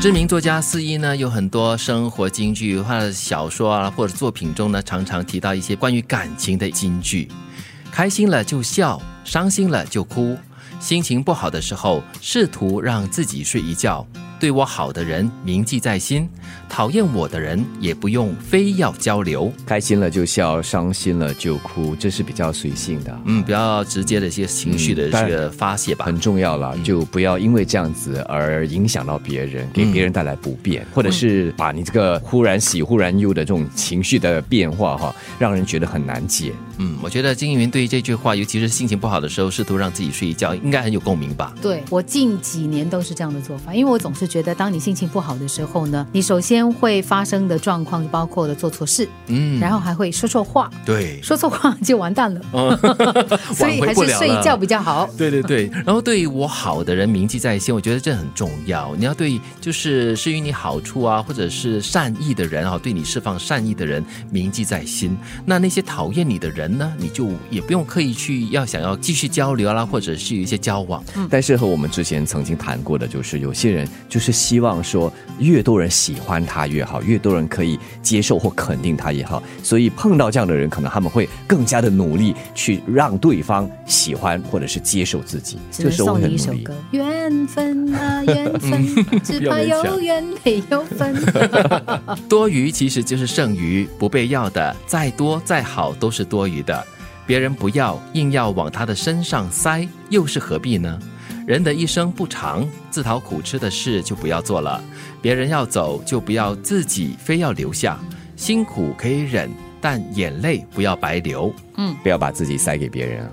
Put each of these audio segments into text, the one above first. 知名作家四一呢，有很多生活金句，他的小说啊或者作品中呢，常常提到一些关于感情的金句。开心了就笑，伤心了就哭，心情不好的时候，试图让自己睡一觉。对我好的人铭记在心，讨厌我的人也不用非要交流。开心了就笑，伤心了就哭，这是比较随性的，嗯，比较直接的一些情绪的嗯当这然个发泄吧。很重要了。就不要因为这样子而影响到别人，给别人带来不便，或者是把你这个忽然喜忽然忧的这种情绪的变化哈，让人觉得很难解。嗯，我觉得金云对于这句话，尤其是心情不好的时候，试图让自己睡一觉，应该很有共鸣吧。对我近几年都是这样的做法，因为我总是觉得，当你心情不好的时候呢，你首先会发生的状况包括了做错事，嗯，然后还会说错话，对，说错话就完蛋了，所以挽回还不是了睡了觉比 较好。对对对，然后对于我好的人铭记在心，我觉得这很重要。你要对就是施于你好处啊，或者是善意的人啊，对你释放善意的人铭记在心。那那些讨厌你的人呢，你就也不用刻意去要想要继续交流啦，或者是有一些交往。但是和我们之前曾经谈过的，就是有些人就是希望说，越多人喜欢他越好，越多人可以接受或肯定他也好。所以碰到这样的人，可能他们会更加的努力去让对方喜欢或者是接受自己。这只能时候送会你很一努首力。歌，缘分啊缘 嗯分，只怕有缘没有分。 多余其实就是剩余，不被要的再多再好都是多余的。别人不要，硬要往他的身上塞，又是何必呢？人的一生不长，自讨苦吃的事就不要做了。别人要走，就不要自己非要留下。辛苦可以忍，但眼泪不要白流。不要把自己塞给别人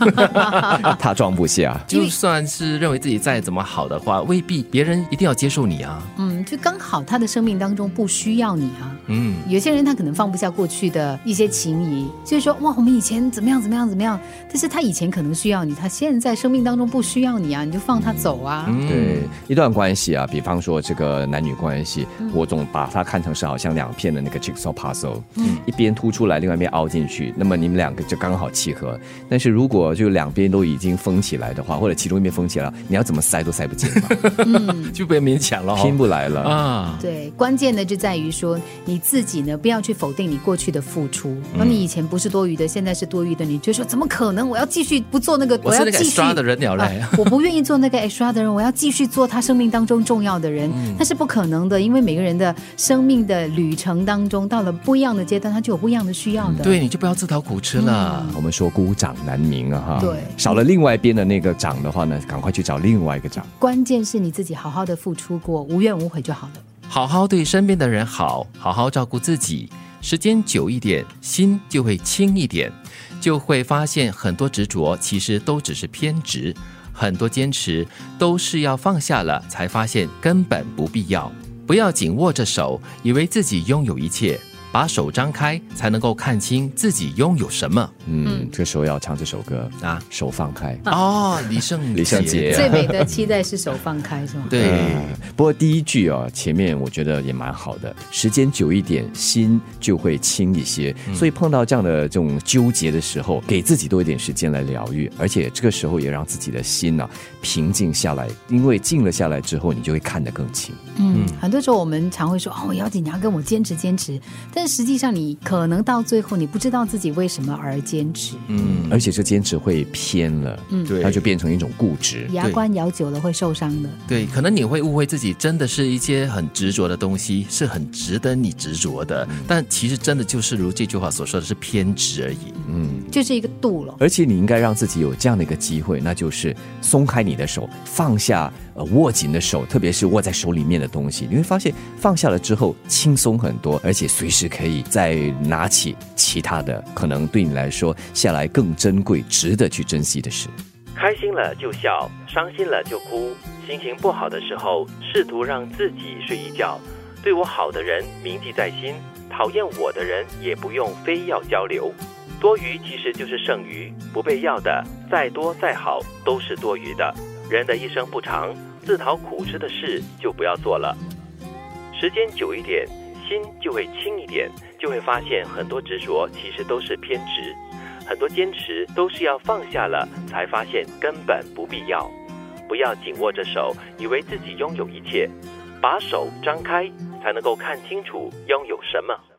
啊，他装不下。因为就算是认为自己再怎么好的话，未必别人一定要接受你啊。嗯，就刚好他的生命当中不需要你啊。嗯，有些人他可能放不下过去的一些情谊，就是说哇，我们以前怎么样怎么样怎么样，但是他以前可能需要你，他现在生命当中不需要你啊，你就放他走啊。嗯对一段关系啊，比方说这个男女关系，我总把它看成是好像两片的那个 jigsaw puzzle，、一边凸出来，另外一边凹进去，那么你们两个就刚好契合。但是如果就两边都已经封起来的话，或者其中一边封起来了，你要怎么塞都塞不进嘛，就别勉强了、哦拼不来了。啊。对，关键呢就在于说你自己呢，不要去否定你过去的付出。嗯那、你以前不是多余的，现在是多余的，你就说怎么可能？我要继续不做那个，我是要那个继续 extra 的人了嘞啊我不愿意做那个 extra 的人，我要继续做他生命当中重要的人，嗯那是不可能的，因为每个人的生命的旅程当中，到了不一样的阶段，他就有不一样的需要嗯的。对，你就不要自讨苦吃了。我们说孤掌难鸣啊哈，对少了另外一边的那个掌的话呢，赶快去找另外一个掌。关键是你自己好好的付出过，无怨无悔就好了。好好对身边的人好，好好照顾自己，时间久一点，心就会轻一点，就会发现很多执着其实都只是偏执，很多坚持都是要放下了才发现根本不必要。不要紧握着手，以为自己拥有一切，把手张开才能够看清自己拥有什么嗯，这个时候要唱这首歌啊！手放开。哦，李圣李圣杰 Yeah 最美的期待是手放开，是吗？ 对。呃不过第一句哦，前面我觉得也蛮好的，时间久一点，心就会轻一些。嗯所以碰到这样的这种纠结的时候，给自己多一点时间来疗愈，而且这个时候也让自己的心呢、平静下来，因为静了下来之后，你就会看得更清。嗯，很多时候我们常会说哦，姚姐，你要跟我坚持坚持，但实际上你可能到最后，你不知道自己为什么而坚持。嗯而且这坚持会偏了，嗯对它就变成一种固执。牙关咬久了会受伤的。对，可能你会误会自己真的是一些很执着的东西，是很值得你执着的，但其实真的就是如这句话所说的是偏执而已。就是一个度了。而且你应该让自己有这样的一个机会，那就是松开你的手，放下呃握紧的手，特别是握在手里面的东西，你会发现放下了之后轻松很多，而且随时可以再拿起其他的，可能对你来说下来更珍贵、值得去珍惜的事。开心了就笑，伤心了就哭，心情不好的时候，试图让自己睡一觉。对我好的人铭记在心，讨厌我的人也不用非要交流。多余其实就是剩余，不被要的再多再好都是多余的。人的一生不长，自讨苦吃的事就不要做了。时间久一点，心就会轻一点，就会发现很多执着其实都是偏执，很多坚持都是要放下了才发现根本不必要。不要紧握着手，以为自己拥有一切，把手张开，才能够看清楚拥有什么。